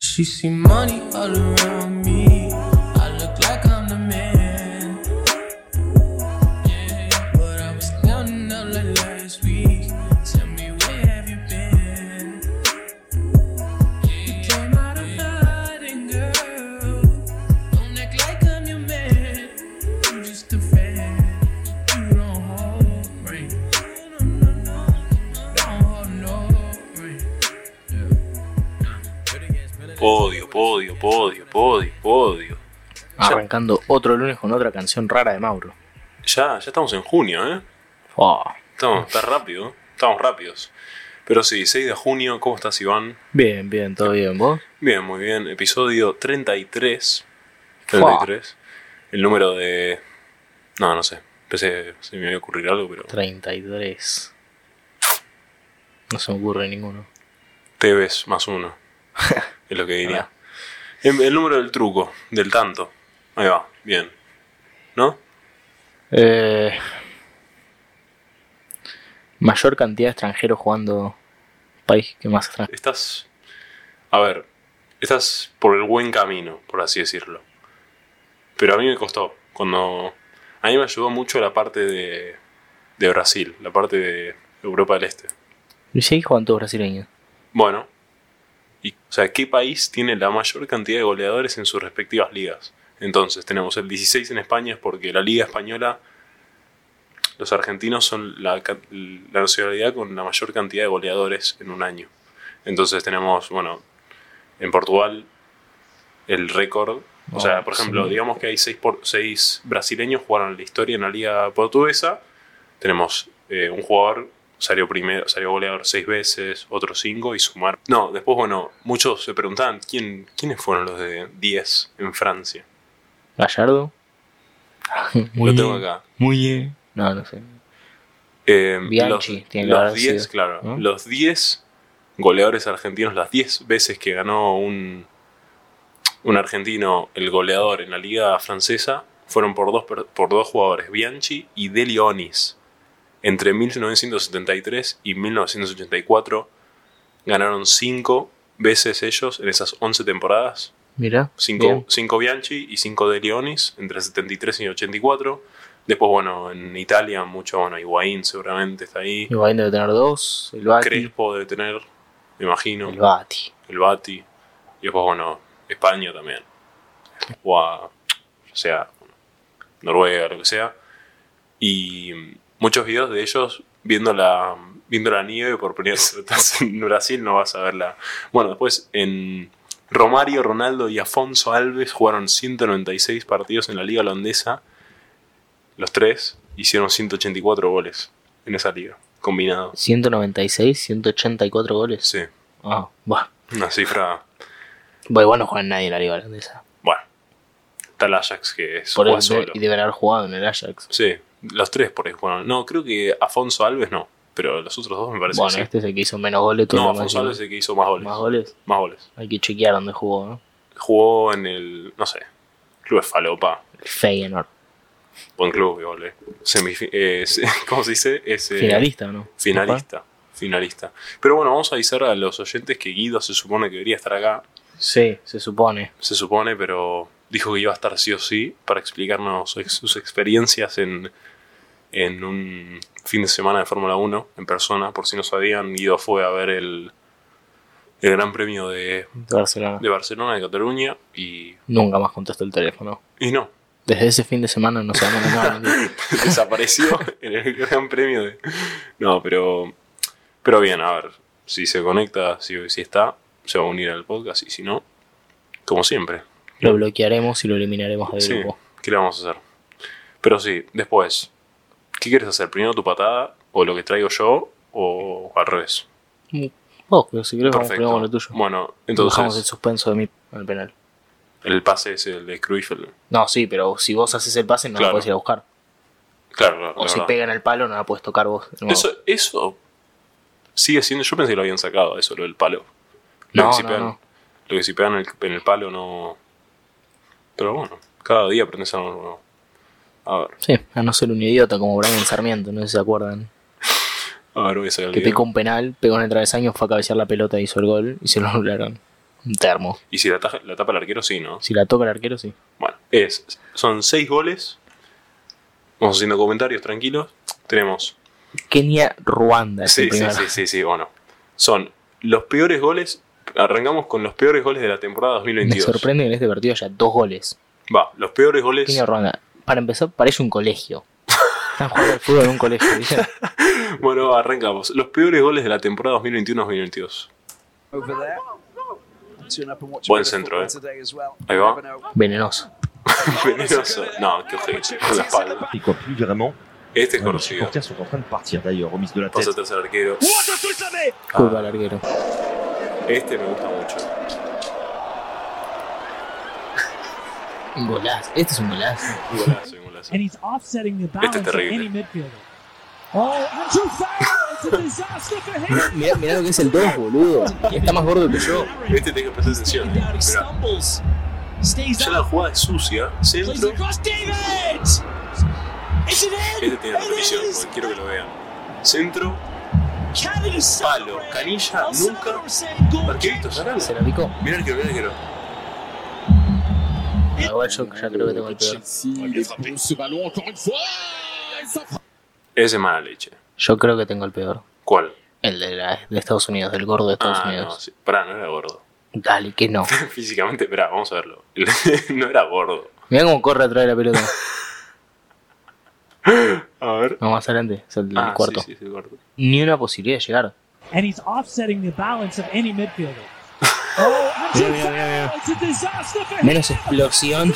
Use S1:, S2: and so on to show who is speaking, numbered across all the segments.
S1: She see money all around me. I look like I'm the man. Yeah, but I was counting up like last week. Tell me where have you been? You came out of hiding, girl. Don't act like I'm your man. I'm just a fan. You don't hold me. No, no, no, no. Don't hold no ring.
S2: Podio, podio, podio, podio, podio.
S3: Ah, Arrancando otro lunes con otra canción rara de Mauro.
S2: Ya, ya estamos en junio, ¿eh?
S3: Fua.
S2: Estamos, está rápido, estamos rápidos. Pero sí, 6 de junio, ¿cómo estás, Iván?
S3: Bien, bien, todo bien, vos.
S2: Bien, muy bien. Episodio 33.
S3: Fua.
S2: 33. El número de... No, no sé. Pensé, se me iba a ocurrir algo, pero...
S3: 33. No se me ocurre ninguno.
S2: Te ves más uno. Es lo que diría. El, el número del truco, del tanto. Ahí va, bien. ¿No?
S3: Eh, mayor cantidad de extranjeros jugando país que más extranjeros.
S2: Estás... A ver, estás por el buen camino, por así decirlo. Pero a mí me costó. Cuando... A mí me ayudó mucho la parte de, de Brasil, la parte de Europa del Este.
S3: Y sí, juegan todos brasileños.
S2: Bueno. Y, o sea, ¿qué país tiene la mayor cantidad de goleadores en sus respectivas ligas? Entonces, tenemos el 16 en España es porque la liga española, los argentinos son la, ca- la nacionalidad con la mayor cantidad de goleadores en un año. Entonces tenemos, bueno, en Portugal el récord. O
S3: Oh,
S2: sea, por ejemplo,
S3: sí.
S2: digamos que hay seis, por- seis brasileños jugaron la historia en la liga portuguesa. Tenemos eh, un jugador salió primero, salió goleador seis veces, otros cinco y sumar. No, después, bueno, muchos se preguntaban quién, quiénes fueron los de 10 en Francia.
S3: Gallardo.
S2: Lo tengo acá.
S3: Muy bien. No, no sé.
S2: Eh,
S3: Bianchi
S2: los,
S3: tiene que
S2: los
S3: haber
S2: 10,
S3: sido,
S2: claro,
S3: ¿no?
S2: los 10 goleadores argentinos, las 10 veces que ganó un, un argentino el goleador en la liga francesa, fueron por dos, per- por dos jugadores, Bianchi y Delionis. Entre 1973 y 1984 ganaron 5 veces ellos en esas 11 temporadas.
S3: Mira.
S2: 5 Bianchi y 5 de Leonis entre 73 y 84. Después, bueno, en Italia, mucho, bueno, Higuaín seguramente está ahí.
S3: Igual debe tener dos. El Bati.
S2: Crespo debe tener, me imagino,
S3: El Bati.
S2: el Bati. Y después, bueno, España también. O a, ya sea, Noruega, lo que sea. Y mm, muchos videos de ellos viendo la, viendo la nieve por primera vez. Estás en Brasil, no vas a verla. Bueno, después en Romario, Ronaldo y Afonso Alves jugaron 196 partidos en la liga holandesa. Los tres hicieron 184 goles en esa liga, combinados.
S3: 196, 184 goles.
S2: Sí,
S3: Ah, bueno.
S2: una cifra
S3: Bueno, igual no juega nadie en la Liga Holandesa.
S2: Bueno, está el Ajax que es
S3: Por
S2: juega
S3: eso
S2: solo.
S3: y deben haber jugado en el Ajax.
S2: Sí, los tres por ahí jugaron. No, creo que Afonso Alves no, pero los otros dos me parece
S3: Bueno,
S2: que sí.
S3: este es el que hizo menos goles. todo
S2: No,
S3: lo
S2: Afonso
S3: máximo.
S2: Alves es el que hizo más goles.
S3: Más goles.
S2: Más goles.
S3: Hay que chequear dónde jugó, ¿no?
S2: Jugó en el, no sé, Club Falopa.
S3: El Feyenoord.
S2: Buen club, igual, eh. Semifi- eh, se- ¿Cómo se dice? Es, eh,
S3: Finalista, ¿o ¿no?
S2: Finalista. Finalista. Pero bueno, vamos a avisar a los oyentes que Guido se supone que debería estar acá.
S3: Sí, se supone.
S2: se supone, pero dijo que iba a estar sí o sí para explicarnos su- sus experiencias en, en un fin de semana de Fórmula 1 en persona. Por si no sabían, Guido fue a ver el, el Gran Premio de,
S3: De Barcelona.
S2: de Barcelona, de Cataluña, y,
S3: Nunca más contestó el teléfono.
S2: y no,
S3: Desde ese fin de semana no sabemos nada. ¿no?
S2: desapareció en el Gran Premio de... No, pero, pero bien, a ver, si se conecta, si, si está, se va a unir al podcast y si no, como siempre.
S3: Lo bloquearemos y lo eliminaremos del
S2: Sí,
S3: grupo.
S2: ¿qué le vamos a hacer? Pero sí, después, ¿qué quieres hacer? ¿Primero tu patada o lo que traigo yo o al revés?
S3: Vos, pero si querés, vamos
S2: Perfecto.
S3: primero con lo tuyo.
S2: Bueno,
S3: Bajamos el
S2: entonces
S3: suspenso de mí al penal.
S2: el pase es el de Cruyffel.
S3: No, sí, pero si vos haces el pase, no
S2: Claro.
S3: lo podés ir a buscar.
S2: Claro, claro.
S3: O
S2: la
S3: si
S2: verdad.
S3: pegan el palo, no la podés tocar vos. de nuevo.
S2: Eso, eso sigue siendo. Yo pensé que lo habían sacado, eso, lo del palo. Lo,
S3: No,
S2: que, si
S3: no,
S2: pegan,
S3: no.
S2: lo que si pegan en el, en el palo no. Pero bueno, cada día aprendes algo nuevo. A ver,
S3: Sí, a no ser un idiota como Brian Sarmiento, no sé si se acuerdan.
S2: a ver, voy a sacar el
S3: Que
S2: video.
S3: picó un penal, pegó en el travesaño, fue a cabecear la pelota, hizo el gol y se lo anularon. Un termo.
S2: Y si la, taja- la tapa el arquero, sí, ¿no?
S3: Si la toca el arquero, sí.
S2: Bueno, es, son seis goles. Vamos haciendo comentarios tranquilos. Tenemos.
S3: Kenia Ruanda es
S2: Sí,
S3: el
S2: sí,
S3: primero.
S2: sí, sí, sí, bueno. Son los peores goles. Arrancamos con los peores goles de la temporada
S3: Me
S2: 2022.
S3: sorprende que en este partido haya dos goles.
S2: Va, los peores goles.
S3: Kenia Ruanda. Para empezar, parece un colegio. Están jugando al fútbol en un colegio. ¿viste?
S2: Bueno, arrancamos. Los peores goles de la temporada 2021-2022.
S4: over there. Tune up and watch
S2: Buen
S4: a bit of
S2: centro,
S4: football
S2: eh.
S4: today as well.
S2: Ahí
S4: You
S2: va.
S4: never know.
S3: Venenoso.
S2: Venenoso. No, qué ojete. Con la espalda.
S5: Il croit plus vraiment. euh,
S2: Este es
S5: Les
S2: conocido.
S5: supporters sont en train de partir d'ailleurs, remise de la tête.
S2: Pasa atrás al arquero.
S3: Culpa al arquero.
S2: Este me gusta mucho.
S3: Un golazo. Este es un golazo.
S2: Un golazo, un golazo. Este
S6: and he's offsetting the balance of
S2: terrible.
S6: any midfielder. Oh, and two fouls! It's a disaster for him.
S3: Mirá, mirá lo que es el 2, boludo. Está más gordo que yo.
S2: Este tiene que prestar atención. eh.
S6: Down, he
S2: Mirá,
S6: stumbles, stays
S2: ya la
S6: up,
S2: jugada es sucia.
S6: plays
S2: Centro.
S6: across David. Is it in?
S2: Este tiene repetición,
S6: It is.
S2: porque quiero que lo vean. Centro,
S6: Cavani to
S2: palo,
S6: celebrate.
S2: canilla,
S6: El
S2: nunca.
S6: Salvador saying goal
S2: Arquerito, sacalo.
S3: Se la picó.
S2: Mirá el que, mirá el que no.
S3: Igual yo ya creo que tengo el peor.
S2: Ese es mala leche.
S3: Yo creo que tengo el peor.
S2: ¿Cuál?
S3: El de, la- de Estados Unidos, el gordo de Estados
S2: Ah, no,
S3: Unidos.
S2: sí. Pará, no era gordo.
S3: Dale, que no.
S2: Físicamente, pará, vamos a verlo. no era gordo.
S3: Mirá cómo corre atrás de la pelota.
S2: A ver.
S3: No, más adelante. Es el
S2: Ah,
S3: cuarto.
S2: sí, sí, sí, gordo.
S3: Ni una posibilidad de llegar.
S6: and he's offsetting the balance of any midfielder. Oh, and two fouls! It's a disaster for him.
S3: Menos explosión.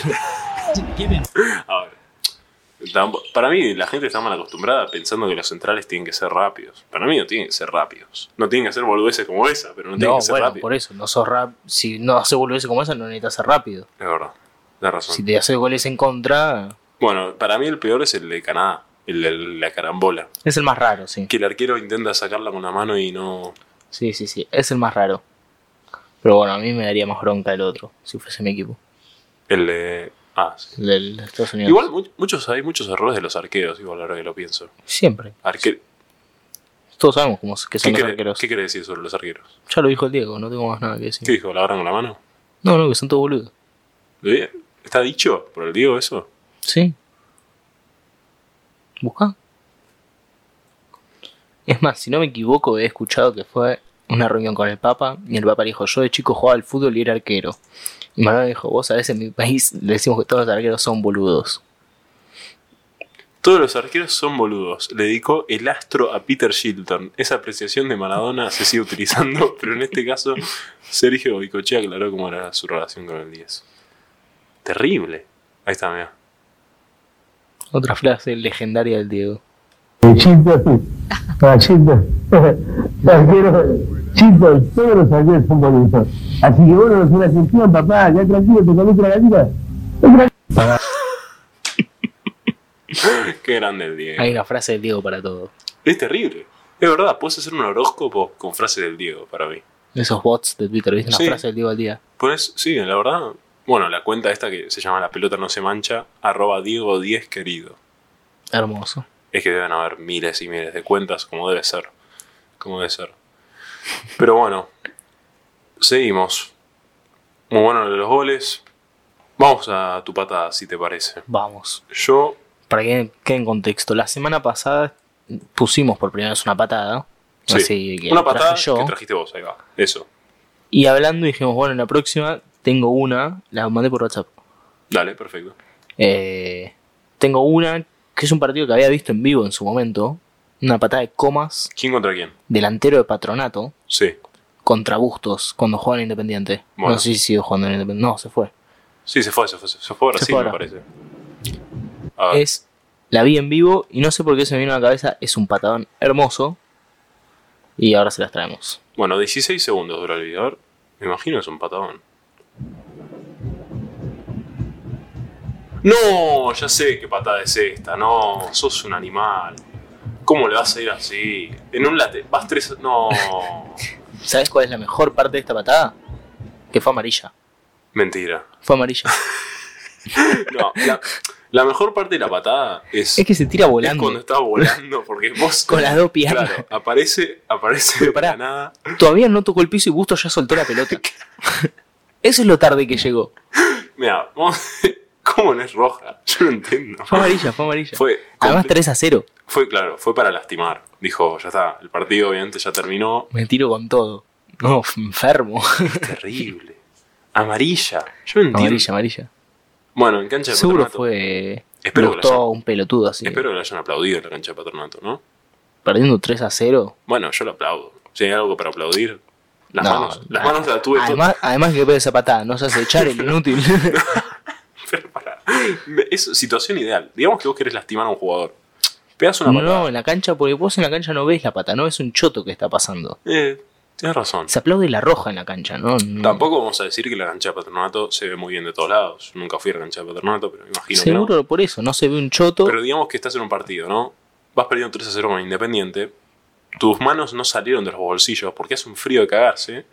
S6: Given.
S2: A ver. Tampo- Para mí, la gente está mal acostumbrada pensando que los centrales tienen que ser rápidos. Para mí no tienen que ser rápidos. No tienen que hacer boludeces como esa, pero no tienen
S3: No,
S2: que ser
S3: bueno,
S2: rápidos.
S3: por eso. No sos rap. Si no haces goles como eso, no necesitas ser rápido.
S2: Es verdad. Da razón.
S3: Si te haces goles en contra,
S2: Bueno, para mí el peor es el de Canadá. El de la carambola.
S3: es el más raro, sí.
S2: Que el arquero intenta sacarla con la mano y no.
S3: Sí, sí, sí. Es el más raro. Pero bueno, a mí me daría más bronca el otro, si fuese mi equipo.
S2: El de. Ah, sí.
S3: El del Estados Unidos.
S2: Igual mu- muchos, hay muchos errores de los arqueros, igual ahora que lo pienso.
S3: Siempre.
S2: Arque-
S3: Todos sabemos cómo es-
S2: ¿Qué,
S3: que son los
S2: quiere-
S3: arqueros.
S2: qué quiere decir sobre los arqueros?
S3: Ya lo dijo el Diego, no tengo más nada que decir.
S2: ¿Qué dijo? ¿La agarran con la mano?
S3: No, no, que son todos boludos.
S2: ¿Eh? ¿Está dicho por el Diego eso?
S3: Sí. Busca. Es más, si no me equivoco, he escuchado que fue una reunión con el Papa y el Papa le dijo, yo de chico jugaba al fútbol y era arquero. Y Manuel dijo, vos sabés, en mi país le decimos que todos los arqueros son boludos.
S2: Todos los arqueros son boludos. Le dedicó el astro a Peter Shilton. Esa apreciación de Maradona se sigue utilizando, pero en este caso Sergio Boicochea aclaró cómo era su relación con el 10. Terrible. Ahí está, mira.
S3: Otra frase legendaria del Diego.
S7: Chispas, ah, chispas, arquero, chispas, todos los arqueros son bonitos. Así que bueno, no se la sentían, papá, ya tranquilo, te comiste la gallina.
S2: Qué grande el Diego.
S3: Hay una frase del Diego para todo.
S2: Es terrible. Es verdad, puedes hacer un horóscopo con frases del Diego para mí.
S3: Esos bots de Twitter, ¿viste? Una
S2: Sí.
S3: frase del Diego al día.
S2: Pues sí, la verdad. Bueno, la cuenta esta que se llama La pelota no se mancha, arroba Diego 10 querido.
S3: Hermoso.
S2: Es que deben haber miles y miles de cuentas, como debe ser. Como debe ser. Pero bueno, seguimos. Muy bueno lo de los goles. Vamos a tu patada, si te parece.
S3: Vamos.
S2: Yo,
S3: Para que quede en contexto, la semana pasada pusimos por primera vez una patada.
S2: sí,
S3: Así que
S2: una
S3: la traje
S2: patada
S3: yo.
S2: que trajiste vos, ahí va. Eso,
S3: Y hablando dijimos, bueno, en la próxima tengo una, la mandé por WhatsApp.
S2: dale, perfecto.
S3: Eh, tengo una que es un partido que había visto en vivo en su momento. Una patada de comas,
S2: ¿Quién contra quién?
S3: delantero de patronato,
S2: Sí,
S3: contra Bustos, cuando jugaba en Independiente.
S2: Bueno.
S3: No sé si sigue jugando en Independiente. No, se fue.
S2: sí, se fue, se fue, se fue a Brasil,
S3: fue
S2: me
S3: ahora.
S2: parece. A ver,
S3: Es, la vi en vivo y no sé por qué se me vino a la cabeza. Es un patadón hermoso. Y ahora se las traemos.
S2: Bueno, 16 segundos dura el video. A ver, me imagino es un patadón. No, ya sé qué patada es esta. No, sos un animal. ¿Cómo le vas a ir así? En un late. Vas tres. No.
S3: ¿Sabes cuál es la mejor parte de esta patada? Que fue amarilla.
S2: Mentira.
S3: Fue amarilla.
S2: No, la, La mejor parte de la patada es,
S3: Es que se tira
S2: es
S3: volando.
S2: cuando está volando, porque vos.
S3: Con las dos piernas.
S2: Claro, aparece, aparece
S3: Pero
S2: de
S3: pará.
S2: la nada.
S3: Todavía no tocó el piso y Busto ya soltó la pelota. Eso es lo tarde que llegó.
S2: Mira, vamos- ¿cómo no es roja? Yo no entiendo.
S3: Fue amarilla, fue amarilla.
S2: Fue,
S3: Además
S2: comple-
S3: 3 a 0.
S2: fue claro, fue para lastimar. Dijo, ya está, el partido obviamente ya terminó.
S3: Me tiro con todo. No, f- enfermo.
S2: Terrible. Amarilla. Yo no entiendo.
S3: Amarilla, amarilla.
S2: Bueno, en cancha de
S3: Seguro
S2: patronato.
S3: fue.
S2: Espero que
S3: Gustó
S2: lo
S3: un pelotudo así.
S2: Espero que lo hayan aplaudido en la cancha de patronato, ¿no?
S3: Perdiendo 3 a 0.
S2: Bueno, yo lo aplaudo. Si hay algo para aplaudir, las
S3: No,
S2: manos. Las
S3: no.
S2: manos las tuve todas.
S3: Además, además que pega esa patada, no se hace echar el inútil.
S2: Pero pará. Me- Es situación ideal. Digamos que vos querés lastimar a un jugador. Pegas una patada.
S3: no, en la cancha, porque vos en la cancha no ves la pata, no es un choto que está pasando.
S2: Eh, tienes razón.
S3: Se aplaude la roja en la cancha, ¿no? No.
S2: Tampoco vamos a decir que la cancha de patronato se ve muy bien de todos lados. Nunca fui a la cancha de patronato, pero me imagino que
S3: Seguro
S2: no.
S3: por eso, no se ve un choto.
S2: Pero digamos que estás en un partido, ¿no? Vas perdiendo 3 a 0 con Independiente. Tus manos no salieron de los bolsillos porque hace un frío de cagarse.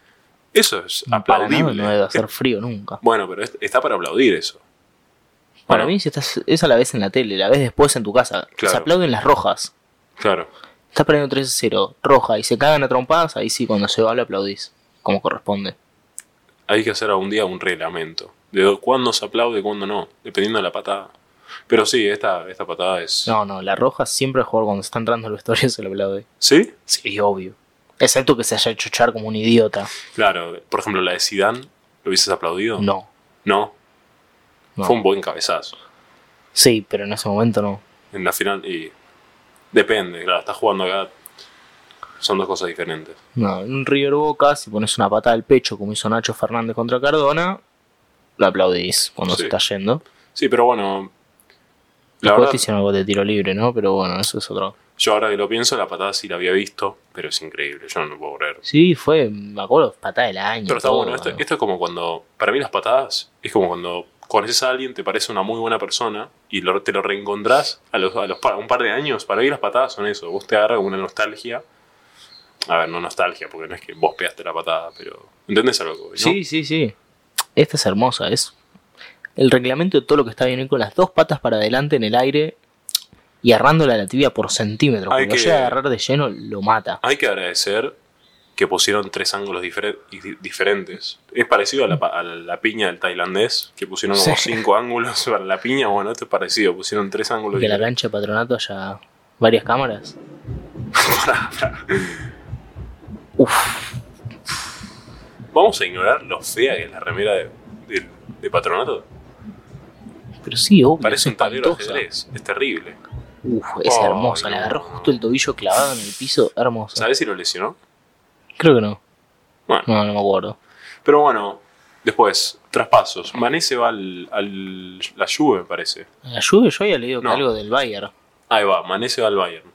S2: Eso es
S3: para nada,
S2: aplaudible.
S3: no debe hacer frío nunca.
S2: Bueno, pero es- está para aplaudir eso.
S3: Para
S2: Bueno.
S3: mí, si estás, esa la ves en la tele, la ves después en tu casa.
S2: Claro.
S3: Se aplauden las rojas.
S2: Claro.
S3: Estás perdiendo 3 a 0, roja, y se cagan a trompadas, ahí sí, cuando se va, lo aplaudís, como corresponde.
S2: Hay que hacer algún día un reglamento. De do- cuándo se aplaude y cuándo no. Dependiendo de la patada. Pero sí, esta, esta patada es.
S3: No, no, la roja siempre al jugador cuando está entrando al vestuario se lo aplaude.
S2: ¿Sí?
S3: Sí, obvio. Excepto que se haya hecho echar como un idiota.
S2: Claro. Por ejemplo, la de Sidán, ¿lo hubieses aplaudido?
S3: No.
S2: No.
S3: No.
S2: Fue un buen cabezazo.
S3: Sí, pero en ese momento no.
S2: En la final. Y. Depende, claro. Estás jugando acá. Son dos cosas diferentes.
S3: No, en un River Boca, si pones una patada al pecho como hizo Nacho Fernández contra Cardona, lo aplaudís cuando
S2: Sí.
S3: se está yendo.
S2: Sí, pero bueno. La
S3: Después
S2: verdad,
S3: te hicieron el gol de tiro libre, ¿no? Pero bueno, eso es otro.
S2: yo ahora que lo pienso, la patada sí la había visto, pero es increíble, yo no lo puedo creer.
S3: Sí, fue, me acuerdo, patada del año.
S2: Pero está
S3: todo,
S2: bueno, este, esto,
S3: ¿no?
S2: esto es como cuando, para mí las patadas, es como cuando conoces a alguien, te parece una muy buena persona y lo- te lo reencontrás a los, a los pa- un par de años, para mí las patadas son eso, vos te agarras una nostalgia, a ver, no nostalgia, porque no es que vos pegaste la patada, pero ¿entendés algo? ¿no?
S3: Sí, sí, sí. Esta es hermosa, es el reglamento de todo lo que está bien hoy con las dos patas para adelante en el aire y agarrándola a la tibia por centímetros.
S2: Hay
S3: Cuando
S2: que-
S3: llega a agarrar de lleno, lo mata.
S2: Hay que agradecer que pusieron tres ángulos difere- y di- diferentes. Es parecido a la, pa- a la piña del tailandés, que pusieron como
S3: Sí.
S2: cinco ángulos para la piña, bueno, esto es parecido, pusieron tres ángulos
S3: Que la
S2: diferentes.
S3: cancha de patronato haya varias cámaras.
S2: Vamos a ignorar lo fea que es la remera de- de- de patronato.
S3: Pero sí, obvio. es
S2: Parece un tablero de
S3: espantosa.
S2: ajedrez. Es terrible.
S3: Uf, es
S2: Ay,
S3: hermosa. La
S2: no.
S3: agarró justo el tobillo clavado en el piso. Hermosa.
S2: ¿Sabes si lo lesionó?
S3: Creo que no.
S2: Bueno.
S3: No, no me acuerdo.
S2: Pero bueno, después, traspasos. Mané se va al, al- la Juve, me parece.
S3: La Juve yo había leído que
S2: No.
S3: algo del Bayern.
S2: Ahí va, Mané se va al Bayern.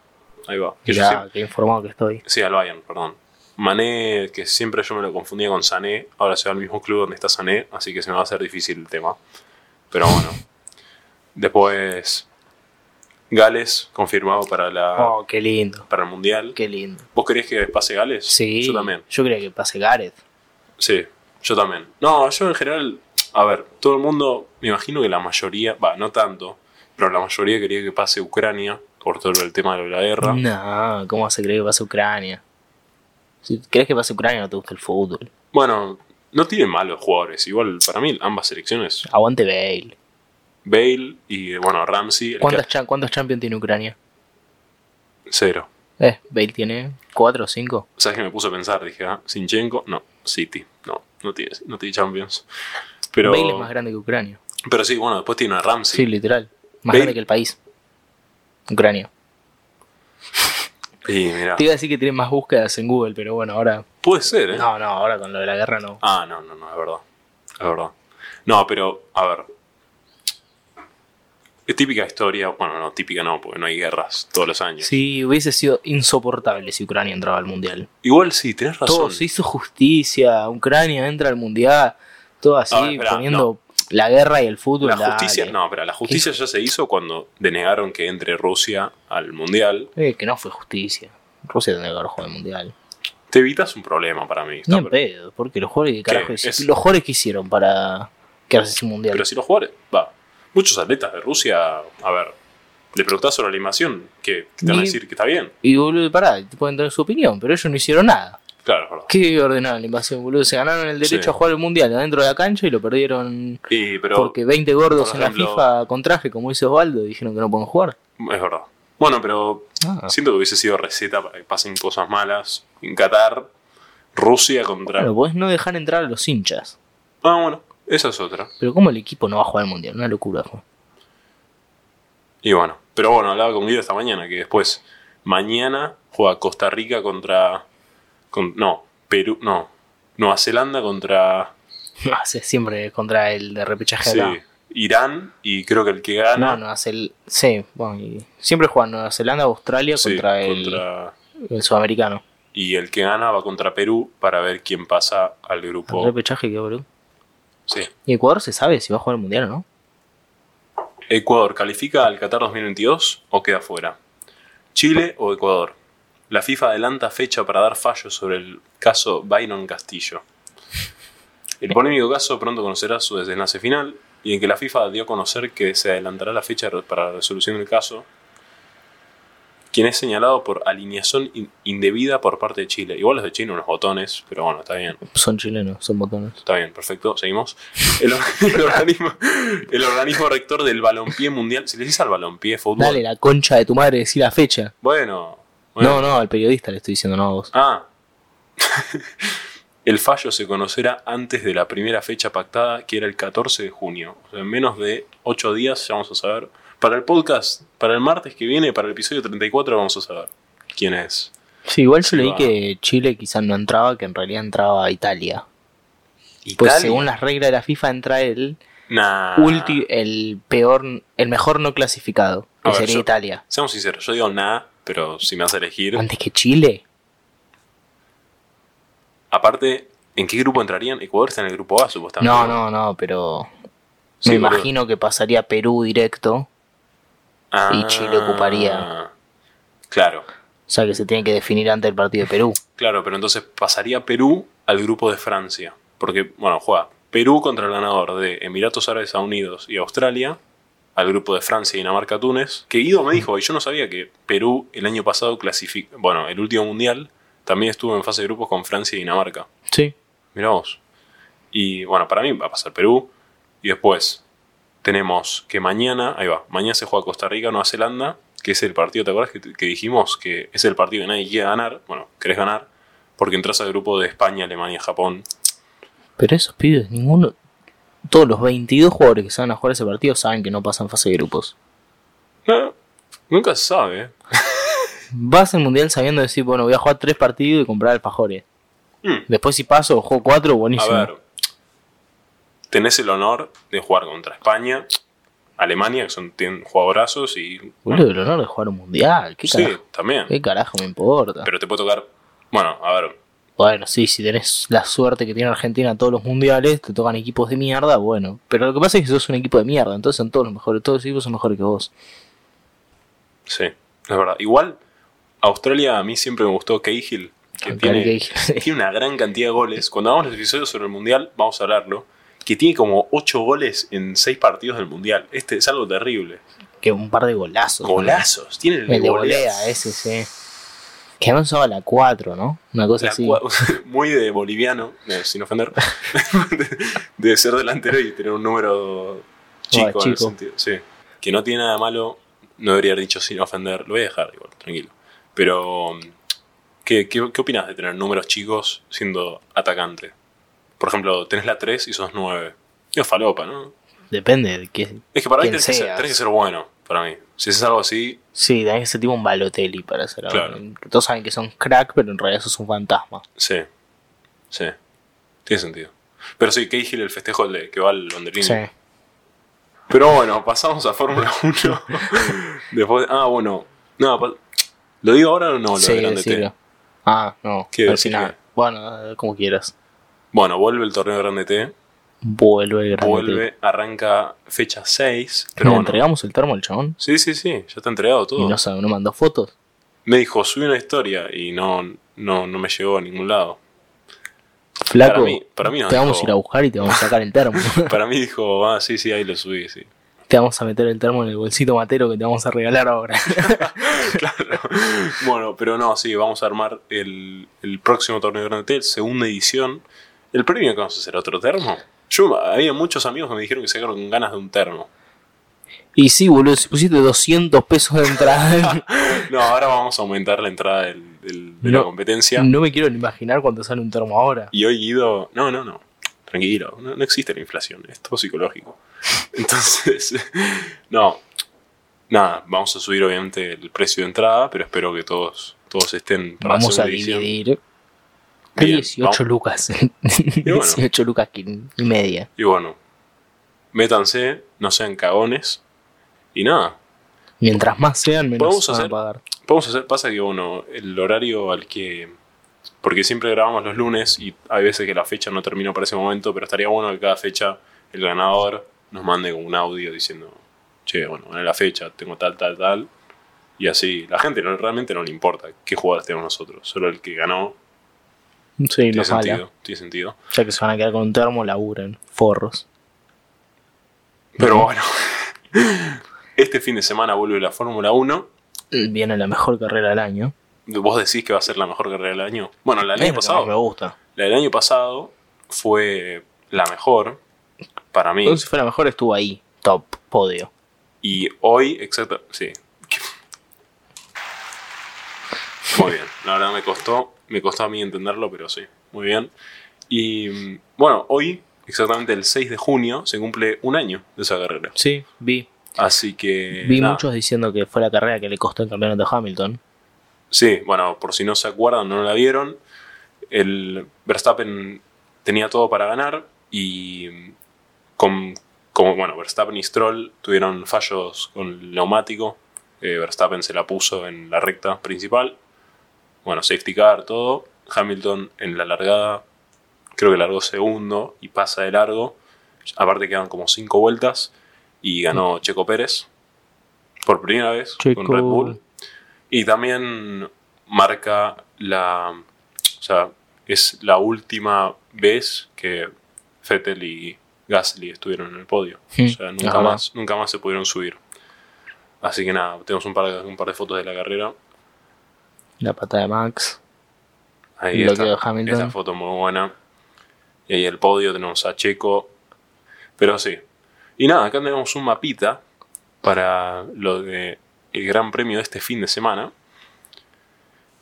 S2: Ahí va. Que yo
S3: Ya,
S2: siempre-
S3: que informado que estoy.
S2: sí, al Bayern, perdón. Mané, que siempre yo me lo confundía con Sané, ahora se va al mismo club donde está Sané, así que se me va a hacer difícil el tema. Pero bueno. Después, Gales, confirmado para, la,
S3: Oh, qué lindo.
S2: para el Mundial.
S3: Qué lindo.
S2: ¿Vos querés que pase Gales?
S3: Sí.
S2: Yo también.
S3: Yo creía que pase Gareth.
S2: Sí, yo también. No, yo en general, a ver, todo el mundo, me imagino que la mayoría, va, no tanto, pero la mayoría quería que pase Ucrania por todo el tema de la guerra.
S3: No, ¿cómo vas a creer que pase Ucrania? Si crees que pase Ucrania no te gusta el fútbol.
S2: Bueno, no tienen malos jugadores, igual para mí ambas selecciones,
S3: Aguante Bale.
S2: Bale y bueno, Ramsey, el
S3: ¿Cuántas,
S2: que-
S3: cha- ¿Cuántos champions tiene Ucrania?
S2: cero.
S3: Eh, Bale tiene cuatro o cinco.
S2: ¿Sabes qué me puse a pensar? Dije, ah, Sinchenko, no, City, no, no tiene, no tiene Champions. Pero,
S3: Bale es más grande que Ucrania.
S2: pero sí, bueno, después tiene a Ramsey.
S3: Sí, literal. Más
S2: Bale-
S3: grande que el país. Ucrania.
S2: Y mira,
S3: Te iba a decir que tiene más búsquedas en Google, pero bueno, ahora.
S2: puede ser, Ah. ¿eh?
S3: No, no, ahora con lo de la guerra no.
S2: Ah, no, no, no, es verdad. Es verdad. No, pero, a ver. Es típica historia, bueno, no, típica no, porque no hay guerras todos los años.
S3: Sí, hubiese sido insoportable si Ucrania entraba al mundial.
S2: Igual sí, tenés razón.
S3: Todo se hizo justicia, Ucrania entra al mundial, todo así,
S2: A ver, esperá,
S3: poniendo la guerra y el fútbol.
S2: la
S3: dale.
S2: justicia, no, pero la justicia ya se hizo cuando denegaron que entre Rusia al mundial.
S3: Eh, que no fue justicia. Rusia tendría que haber jugado el mundial.
S2: Te evitas un problema para mí.
S3: Ni
S2: está,
S3: en
S2: pero,
S3: pedo, porque los jugadores que carajo
S2: ¿Qué?
S3: hicieron,
S2: Es-
S3: los jugadores que hicieron para quedarse sin mundial.
S2: pero si los jugadores, va. muchos atletas de Rusia, a ver, le preguntás sobre la animación, que te van a
S3: Ni-
S2: decir que está bien.
S3: Y boludo, pará, te pueden dar su opinión, pero ellos no hicieron nada.
S2: Claro, es verdad.
S3: ¿Qué ordenaron la invasión, boludo? Se ganaron el derecho
S2: Sí.
S3: a jugar el mundial adentro de la cancha y lo perdieron
S2: Y, pero
S3: porque 20 gordos
S2: por
S3: en la
S2: ejemplo-
S3: FIFA con traje, como dice Osvaldo, dijeron que no pueden jugar.
S2: es verdad. Bueno, pero
S3: Ah.
S2: siento que hubiese sido receta para que pasen cosas malas. En Qatar, Rusia contra.
S3: Claro, podés no dejar entrar a los hinchas.
S2: Ah, bueno, esa es otra.
S3: Pero ¿cómo el equipo no va a jugar el mundial? Una locura. fue.
S2: Y bueno, pero bueno, hablaba con Guido esta mañana que después, mañana juega Costa Rica contra. con- no, Perú, no. Nueva Zelanda contra.
S3: No, hace Ah, siempre contra el de repechaje
S2: sí,
S3: acá.
S2: Irán y creo que el que gana.
S3: No, no, hace el. Sí, bueno, y siempre juegan Nueva Zelanda, Australia
S2: sí,
S3: contra, el,
S2: contra-
S3: el sudamericano.
S2: Y el que gana va contra Perú para ver quién pasa al
S3: El
S2: grupo.
S3: repechaje, qué boludo.
S2: Sí.
S3: Y Ecuador se sabe si va a jugar el mundial o no.
S2: Ecuador califica al Qatar 2022 o queda fuera. Chile o Ecuador. La FIFA adelanta fecha para dar fallo sobre el caso Byron Castillo. El polémico caso pronto conocerá su desenlace final y en que la FIFA dio a conocer que se adelantará la fecha re- para la resolución del caso, quien es señalado por alineación in- indebida por parte de Chile. Igual los de Chile unos botones, pero bueno, está bien.
S3: Son chilenos, son botones.
S2: Está bien, perfecto, seguimos. El, or- el organismo, el organismo rector del balompié mundial. Si le dices al balompié fútbol.
S3: Dale la concha de tu madre, decí la fecha.
S2: Bueno, bueno.
S3: No, no, al periodista le estoy diciendo, no a vos.
S2: Ah. el fallo se conocerá antes de la primera fecha pactada, que era el 14 de junio. O sea, en menos de 8 días ya vamos a saber. Para el podcast, para el martes que viene, para el episodio 34, vamos a saber quién es.
S3: Sí, igual yo leí
S2: va.
S3: que Chile quizás no entraba, que en realidad entraba Italia. Pues según las reglas de la FIFA entra el
S2: Nah.
S3: ulti- el peor, el mejor no clasificado, que
S2: A ver,
S3: sería
S2: yo-
S3: Italia.
S2: Seamos sinceros, yo digo nada, pero si me vas a elegir.
S3: Antes que Chile.
S2: Aparte, ¿en qué grupo entrarían? Ecuador está en el grupo A, supuestamente.
S3: No, no, no, pero
S2: Sí,
S3: me
S2: boludo.
S3: imagino que pasaría Perú directo. Y Chile ocuparía.
S2: Ah, Claro,
S3: O sea que se tiene que definir antes el partido de Perú.
S2: claro, pero entonces pasaría Perú al grupo de Francia. Porque, bueno, juega Perú contra el ganador de Emiratos Árabes Unidos y Australia, al grupo de Francia, Dinamarca, Túnez. Que Guido me dijo, y yo no sabía que Perú el año pasado clasificó, bueno, el último mundial también estuvo en fase de grupos con Francia y Dinamarca.
S3: Sí.
S2: Mirá vos. Y bueno, para mí va a pasar Perú. Y después tenemos que mañana, ahí va, mañana se juega Costa Rica, Nueva Zelanda, que es el partido, ¿te acuerdas que, que dijimos que es el partido que nadie quiere ganar? Bueno, querés ganar, porque entras al grupo de España, Alemania, Japón.
S3: Pero esos pibes, ninguno. Todos los 22 jugadores que se van a jugar ese partido saben que no pasan fase de grupos.
S2: No, nunca se sabe. ¿eh?
S3: Vas al mundial sabiendo decir, bueno, voy a jugar tres partidos y comprar alfajores.
S2: Mm.
S3: Después, si paso, juego cuatro,
S2: A
S3: buenísimo.
S2: ver, tenés el honor de jugar contra España, Alemania, que son tienen jugadorazos y...
S3: Boludo, el honor de jugar un mundial. ¿Qué
S2: sí,
S3: carajo,
S2: también.
S3: ¿Qué carajo me importa?
S2: Pero te puede tocar... Bueno, a ver,
S3: Bueno, sí, si tenés la suerte que tiene Argentina en todos los mundiales, te tocan equipos de mierda, bueno. Pero lo que pasa es que sos un equipo de mierda, entonces son todos los mejores, todos los equipos son mejores que vos.
S2: Sí, es verdad. Igual, Australia a mí siempre me gustó Cahill, que
S3: Aunque
S2: tiene,
S3: hay que-
S2: tiene una gran cantidad de goles. Cuando hagamos los episodios sobre el Mundial, vamos a hablarlo. Que tiene como 8 goles en 6 partidos del Mundial. Este es algo terrible.
S3: que un par de golazos.
S2: Golazos. Tiene
S3: El de volea, ese, sí. Que no a la 4, ¿no? Una cosa
S2: La
S3: así.
S2: cua- Muy de boliviano, eh, sin ofender. de, de ser delantero y tener un número chico,
S3: Ah,
S2: en el
S3: chico.
S2: sentido- sí. Que no tiene nada malo, no debería haber dicho sin ofender. Lo voy a dejar igual, tranquilo. Pero, mm, ¿qué, qué, qué opinas de tener números chicos siendo atacante? Por ejemplo, tenés la 3 y sos 9. Es falopa, ¿no?
S3: Depende de qué.
S2: Es que para mí
S3: Quien
S2: tenés que, ser,
S3: seas.
S2: tenés que ser bueno, para mí. Si haces algo así,
S3: Sí, también se tipo un balotelli para hacer algo.
S2: Claro.
S3: Que Todos saben que son crack, pero en realidad sos un fantasma.
S2: sí. Sí. Tiene sentido. Pero sí, Cahill el festejo el de que va al banderín.
S3: Sí.
S2: Pero bueno, pasamos a Fórmula 1. Después, ah, bueno. No, pa- lo digo ahora o no, lo
S3: Sí,
S2: de Grande T?
S3: decilo. Ah, no.
S2: ¿Qué
S3: al
S2: decir?
S3: final. Bueno, eh, como quieras.
S2: Bueno, vuelve el torneo Grande T.
S3: Vuelve grande.
S2: Vuelve, arranca fecha 6. Pero
S3: ¿Le
S2: bueno.
S3: entregamos el termo al chabón?
S2: Sí, sí, sí, ya está entregado
S3: Y
S2: todo.
S3: no, sabe, no mandó fotos.
S2: Me dijo, subí una historia y no, no, no me llegó a ningún lado.
S3: Flaco,
S2: Para mí- para mí no
S3: te vamos
S2: dijo-
S3: a ir a buscar y te vamos a sacar el termo.
S2: Para mí dijo, ah, sí, sí, ahí lo subí, sí.
S3: Te vamos a meter el termo en el bolsito matero que te vamos a regalar ahora.
S2: claro. Bueno, pero no, sí, vamos a armar el, el próximo torneo de Grand Hotel, segunda edición. El premio que vamos a hacer, otro termo. Yo había muchos amigos que me dijeron que se quedaron con ganas de un termo.
S3: y sí, boludo, si pusiste 200 pesos de entrada,
S2: No, ahora vamos a aumentar la entrada del- del- de la
S3: No.
S2: competencia.
S3: no me quiero ni imaginar cuánto sale un termo ahora.
S2: Y hoy Guido, no, no, no, tranquilo, no, no existe la inflación, es todo psicológico. Entonces, no, nada, vamos a subir obviamente el precio de entrada, pero espero que todos, todos estén para la
S3: Vamos a
S2: segunda edición.
S3: dividir.
S2: Bien,
S3: 18
S2: vamos.
S3: lucas. 18 lucas y media.
S2: Y bueno, métanse, no sean cagones, y nada,
S3: Mientras más sean, menos
S2: Podemos
S3: van a
S2: hacer-
S3: pagar.
S2: podemos hacer, pasa que bueno, el horario al que... Porque siempre grabamos los lunes y hay veces que la fecha no termina para ese momento, pero estaría bueno que cada fecha el ganador nos mande como un audio diciendo, che, bueno, gané la fecha, tengo tal, tal, tal. Y así, la gente no, realmente no le importa qué jugadores tenemos nosotros, solo el que ganó
S3: Sí,
S2: tiene
S3: nos jala.
S2: sentido, tiene sentido.
S3: Ya que se van a quedar con un termo, laburen. Forros.
S2: Pero bueno, este fin de semana vuelve la Fórmula 1. Mm.
S3: Viene la mejor carrera del año.
S2: ¿Vos decís que va a ser la mejor carrera del año? Bueno, la del
S3: Es
S2: año
S3: lo Este que más Me
S2: pasado,
S3: gusta.
S2: la del año pasado fue la mejor para mí.
S3: Entonces, si fuera mejor, estuvo ahí. Top, podio.
S2: Y hoy, exacto, sí. Muy bien, la verdad me costó, me costó a mí entenderlo, pero sí, muy bien. Y mm, bueno, hoy, exactamente el 6 de junio, se cumple un año de esa carrera.
S3: Sí, vi.
S2: Así que...
S3: vi
S2: Eh, nada.
S3: muchos diciendo que fue la carrera que le costó el campeonato a Hamilton.
S2: Sí, bueno, por si no se acuerdan, no la vieron. El Verstappen tenía todo para ganar y con, como bueno, Verstappen y Stroll tuvieron fallos con el neumático. eh, Verstappen se la puso en la recta principal. Bueno, safety car, todo. Hamilton en la largada, creo que largó segundo y pasa de largo. Aparte quedan como cinco vueltas y ganó Checo Pérez por primera vez
S3: Checo.
S2: con Red Bull. Y también marca la. O sea, es la última vez que Fettel y Gasly estuvieron en el podio.
S3: Hmm.
S2: O sea, nunca
S3: Ajá.
S2: más, nunca más se pudieron subir. Así que nada, tenemos un par de, un par de fotos de la carrera.
S3: La pata de Max.
S2: Ahí
S3: Lo
S2: está.
S3: que Hamilton.
S2: Esta foto muy buena. Y ahí el podio tenemos a Checo. Pero sí. Y nada, acá tenemos un mapita para lo de el Gran Premio de este fin de semana.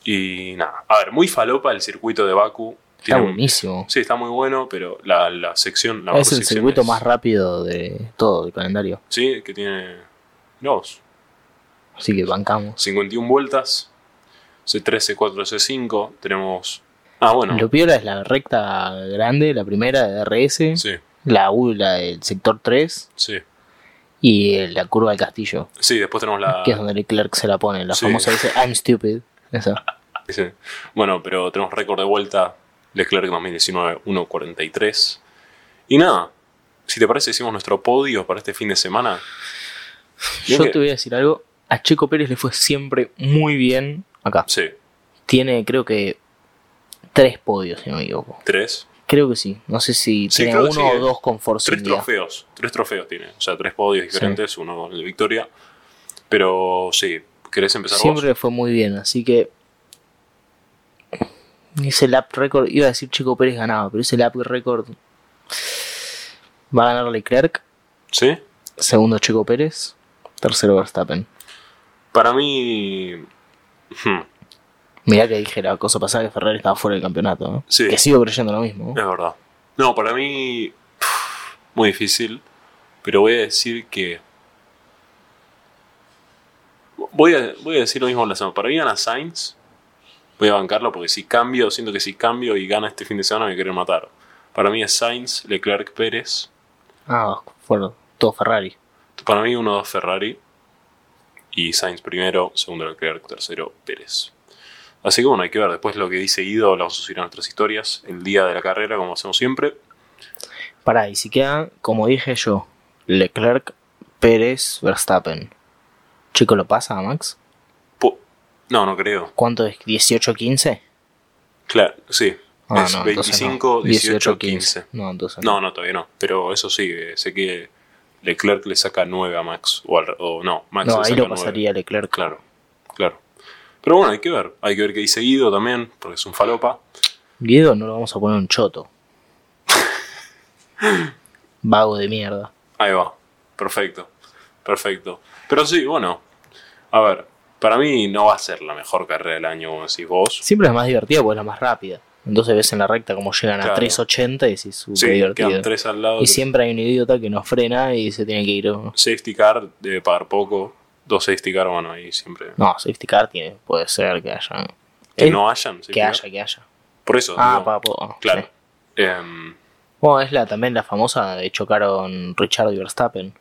S2: Y nada, a ver, muy falopa el circuito de Baku.
S3: Está
S2: Tiene un-
S3: buenísimo.
S2: Sí, está muy bueno, pero la, la sección, la
S3: es
S2: mejor
S3: el
S2: sección
S3: circuito
S2: es-
S3: más rápido de todo el calendario.
S2: Sí, que tiene dos,
S3: Así que bancamos.
S2: 51 vueltas, C13, 4, C5, tenemos... Ah, bueno,
S3: Lo piola es la recta grande, la primera de DRS,
S2: sí,
S3: la U, la del sector 3
S2: sí.
S3: y eh, la curva del castillo,
S2: Sí, después tenemos la...
S3: que es donde Leclerc se la pone. La
S2: Ah. Sí.
S3: famosa dice I'm stupid. Esa.
S2: Sí. Bueno, pero tenemos récord de vuelta. Leclerc 2019, 1.43. Y nada, si te parece, hicimos nuestro podio para este fin de semana. Bien
S3: Yo
S2: que-
S3: te voy a decir algo. A Checo Pérez le fue siempre muy bien acá.
S2: Sí,
S3: Tiene, creo que, tres podios, si no me equivoco.
S2: tres.
S3: Creo que sí. No sé si
S2: Sí,
S3: tiene
S2: creo que
S3: uno
S2: sí, eh.
S3: o dos con Force
S2: Tres
S3: India.
S2: trofeos. Tres trofeos tiene. O sea, tres podios diferentes, uno de victoria. Pero sí, ¿querés empezar
S3: Siempre
S2: vos?
S3: le fue muy bien, así que. Ese lap record, iba a decir Checo Pérez ganaba, pero ese lap record va a ganar Leclerc,
S2: Sí.
S3: segundo Checo Pérez, tercero Verstappen.
S2: Para mí... hmm,
S3: Mirá que dije la cosa pasada que Ferrari estaba fuera del campeonato, ¿no?
S2: Sí.
S3: Que sigo creyendo lo mismo.
S2: Es verdad. No, para mí. Muy difícil. Pero voy a decir que. Voy a, voy a decir lo mismo la semana. Para mí gana Sainz. Voy a bancarlo porque si cambio, siento que si cambio y gana este fin de semana me quieren matar. Para mí es Sainz, Leclerc, Pérez.
S3: Ah, fueron todo Ferrari.
S2: Para mí uno, dos Ferrari. Y Sainz primero, segundo Leclerc, tercero Pérez. Así que bueno, hay que ver. Después lo que dice Ido, lo vamos a subir a nuestras historias. El día de la carrera, como hacemos siempre.
S3: Pará, y si queda, como dije yo, Leclerc, Pérez, Verstappen. Chico, ¿lo pasa a Max?
S2: Po- no, no creo.
S3: ¿Cuánto es? ¿18-15?
S2: Claro, sí.
S3: Ah,
S2: es
S3: no, entonces no.
S2: 25, 18, 15.
S3: No, entonces
S2: No, no, todavía no. Pero eso sí, eh, sé que Leclerc le saca 9 a Max. O, al- o no, Max
S3: No,
S2: le
S3: ahí
S2: saca
S3: lo
S2: 9.
S3: pasaría Leclerc.
S2: Claro, claro. Pero bueno, hay que ver. Hay que ver qué dice Guido también, porque es un falopa.
S3: Guido no lo vamos a poner un choto. Vago de mierda.
S2: Ahí va. Perfecto. Perfecto. Pero sí, bueno. A ver, para mí no va a ser la mejor carrera del año, como decís vos.
S3: Siempre es más divertida porque es la más rápida. Entonces ves en la recta como llegan
S2: Claro.
S3: a 3.80 y decís, súper
S2: Sí,
S3: divertido.
S2: quedan tres al lado.
S3: Y siempre hay un idiota que nos frena y se tiene que ir. ¿no?
S2: Safety car debe pagar poco. Dos safety car, bueno, ahí siempre.
S3: No, safety car tiene, puede ser que haya.
S2: Que
S3: Eh,
S2: no hayan. safety
S3: que
S2: car.
S3: haya, que haya.
S2: Por eso.
S3: Ah,
S2: digo,
S3: papo. ah,
S2: Claro.
S3: sí.
S2: Em,
S3: Bueno, es la, también la famosa de chocaron Richard y Verstappen.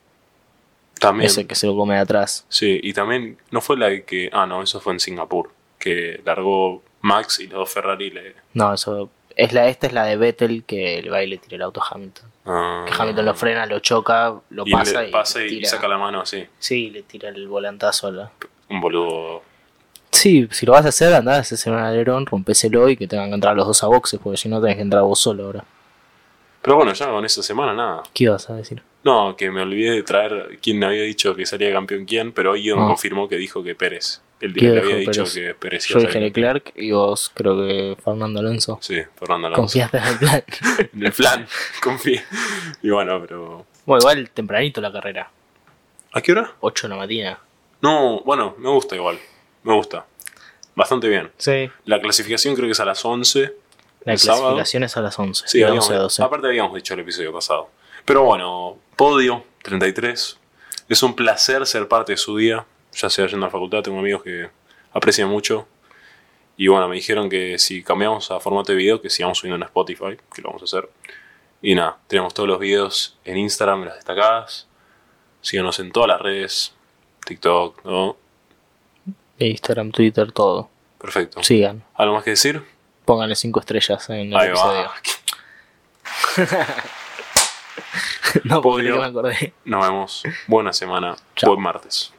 S2: también.
S3: Ese que se lo come de atrás.
S2: Sí, y también no fue la que. Ah, no, eso fue en Singapur. Que largó Max y los dos Ferrari le.
S3: No, eso. Es la, esta es la de Vettel que le va y le tira el auto a Hamilton.
S2: Ah.
S3: Que Hamilton lo frena, lo choca, lo
S2: y
S3: pasa,
S2: le
S3: y,
S2: pasa
S3: le
S2: y,
S3: tira.
S2: saca la mano así.
S3: Sí, le tira el volantazo a la.
S2: Un boludo.
S3: Sí, si lo vas a hacer, andá, hacer un alerón, rompéselo y que tengan que entrar los dos a boxes, porque si no tenés que entrar vos solo ahora.
S2: Pero bueno, ya con esa semana nada.
S3: ¿Qué ibas a decir?
S2: No, que me olvidé de traer quién había dicho que salía campeón quién, pero hoy Guido me
S3: Ah.
S2: confirmó que dijo que Pérez. El
S3: ¿Qué
S2: día que
S3: dijo
S2: había dicho
S3: Pérez?
S2: que Pérez
S3: Yo
S2: iba a
S3: dije
S2: salir.
S3: Leclerc y vos creo que Fernando Alonso.
S2: Sí, Fernando Alonso.
S3: Confiaste en el plan.
S2: En el plan, confía. Y bueno, pero.
S3: bueno, igual tempranito la carrera.
S2: ¿A qué hora?
S3: 8 de la mañana.
S2: No, bueno, me gusta igual. Me gusta. Bastante bien.
S3: Sí.
S2: La clasificación creo que es a las 11.
S3: La
S2: el sábado.
S3: clasificación es a las 11.
S2: Sí,
S3: de
S2: habíamos-
S3: 11 a 12.
S2: aparte habíamos dicho el episodio pasado. Pero bueno, podio 33. Es un placer ser parte de su día. Ya sea yendo a la facultad, tengo amigos que aprecian mucho. Y bueno, me dijeron que si cambiamos a formato de video, que sigamos subiendo en Spotify, que lo vamos a hacer. Y nada, tenemos todos los videos en Instagram, en las destacadas. Síganos en todas las redes. TikTok, ¿no?
S3: Instagram, Twitter, todo.
S2: Perfecto.
S3: Sigan.
S2: ¿Algo más que decir?
S3: Pónganle 5 estrellas en el
S2: Ahí
S3: episodio.
S2: va.
S3: no, porque
S2: Podio.
S3: me acordé.
S2: Nos vemos. Buena semana.
S3: Chao.
S2: Buen martes.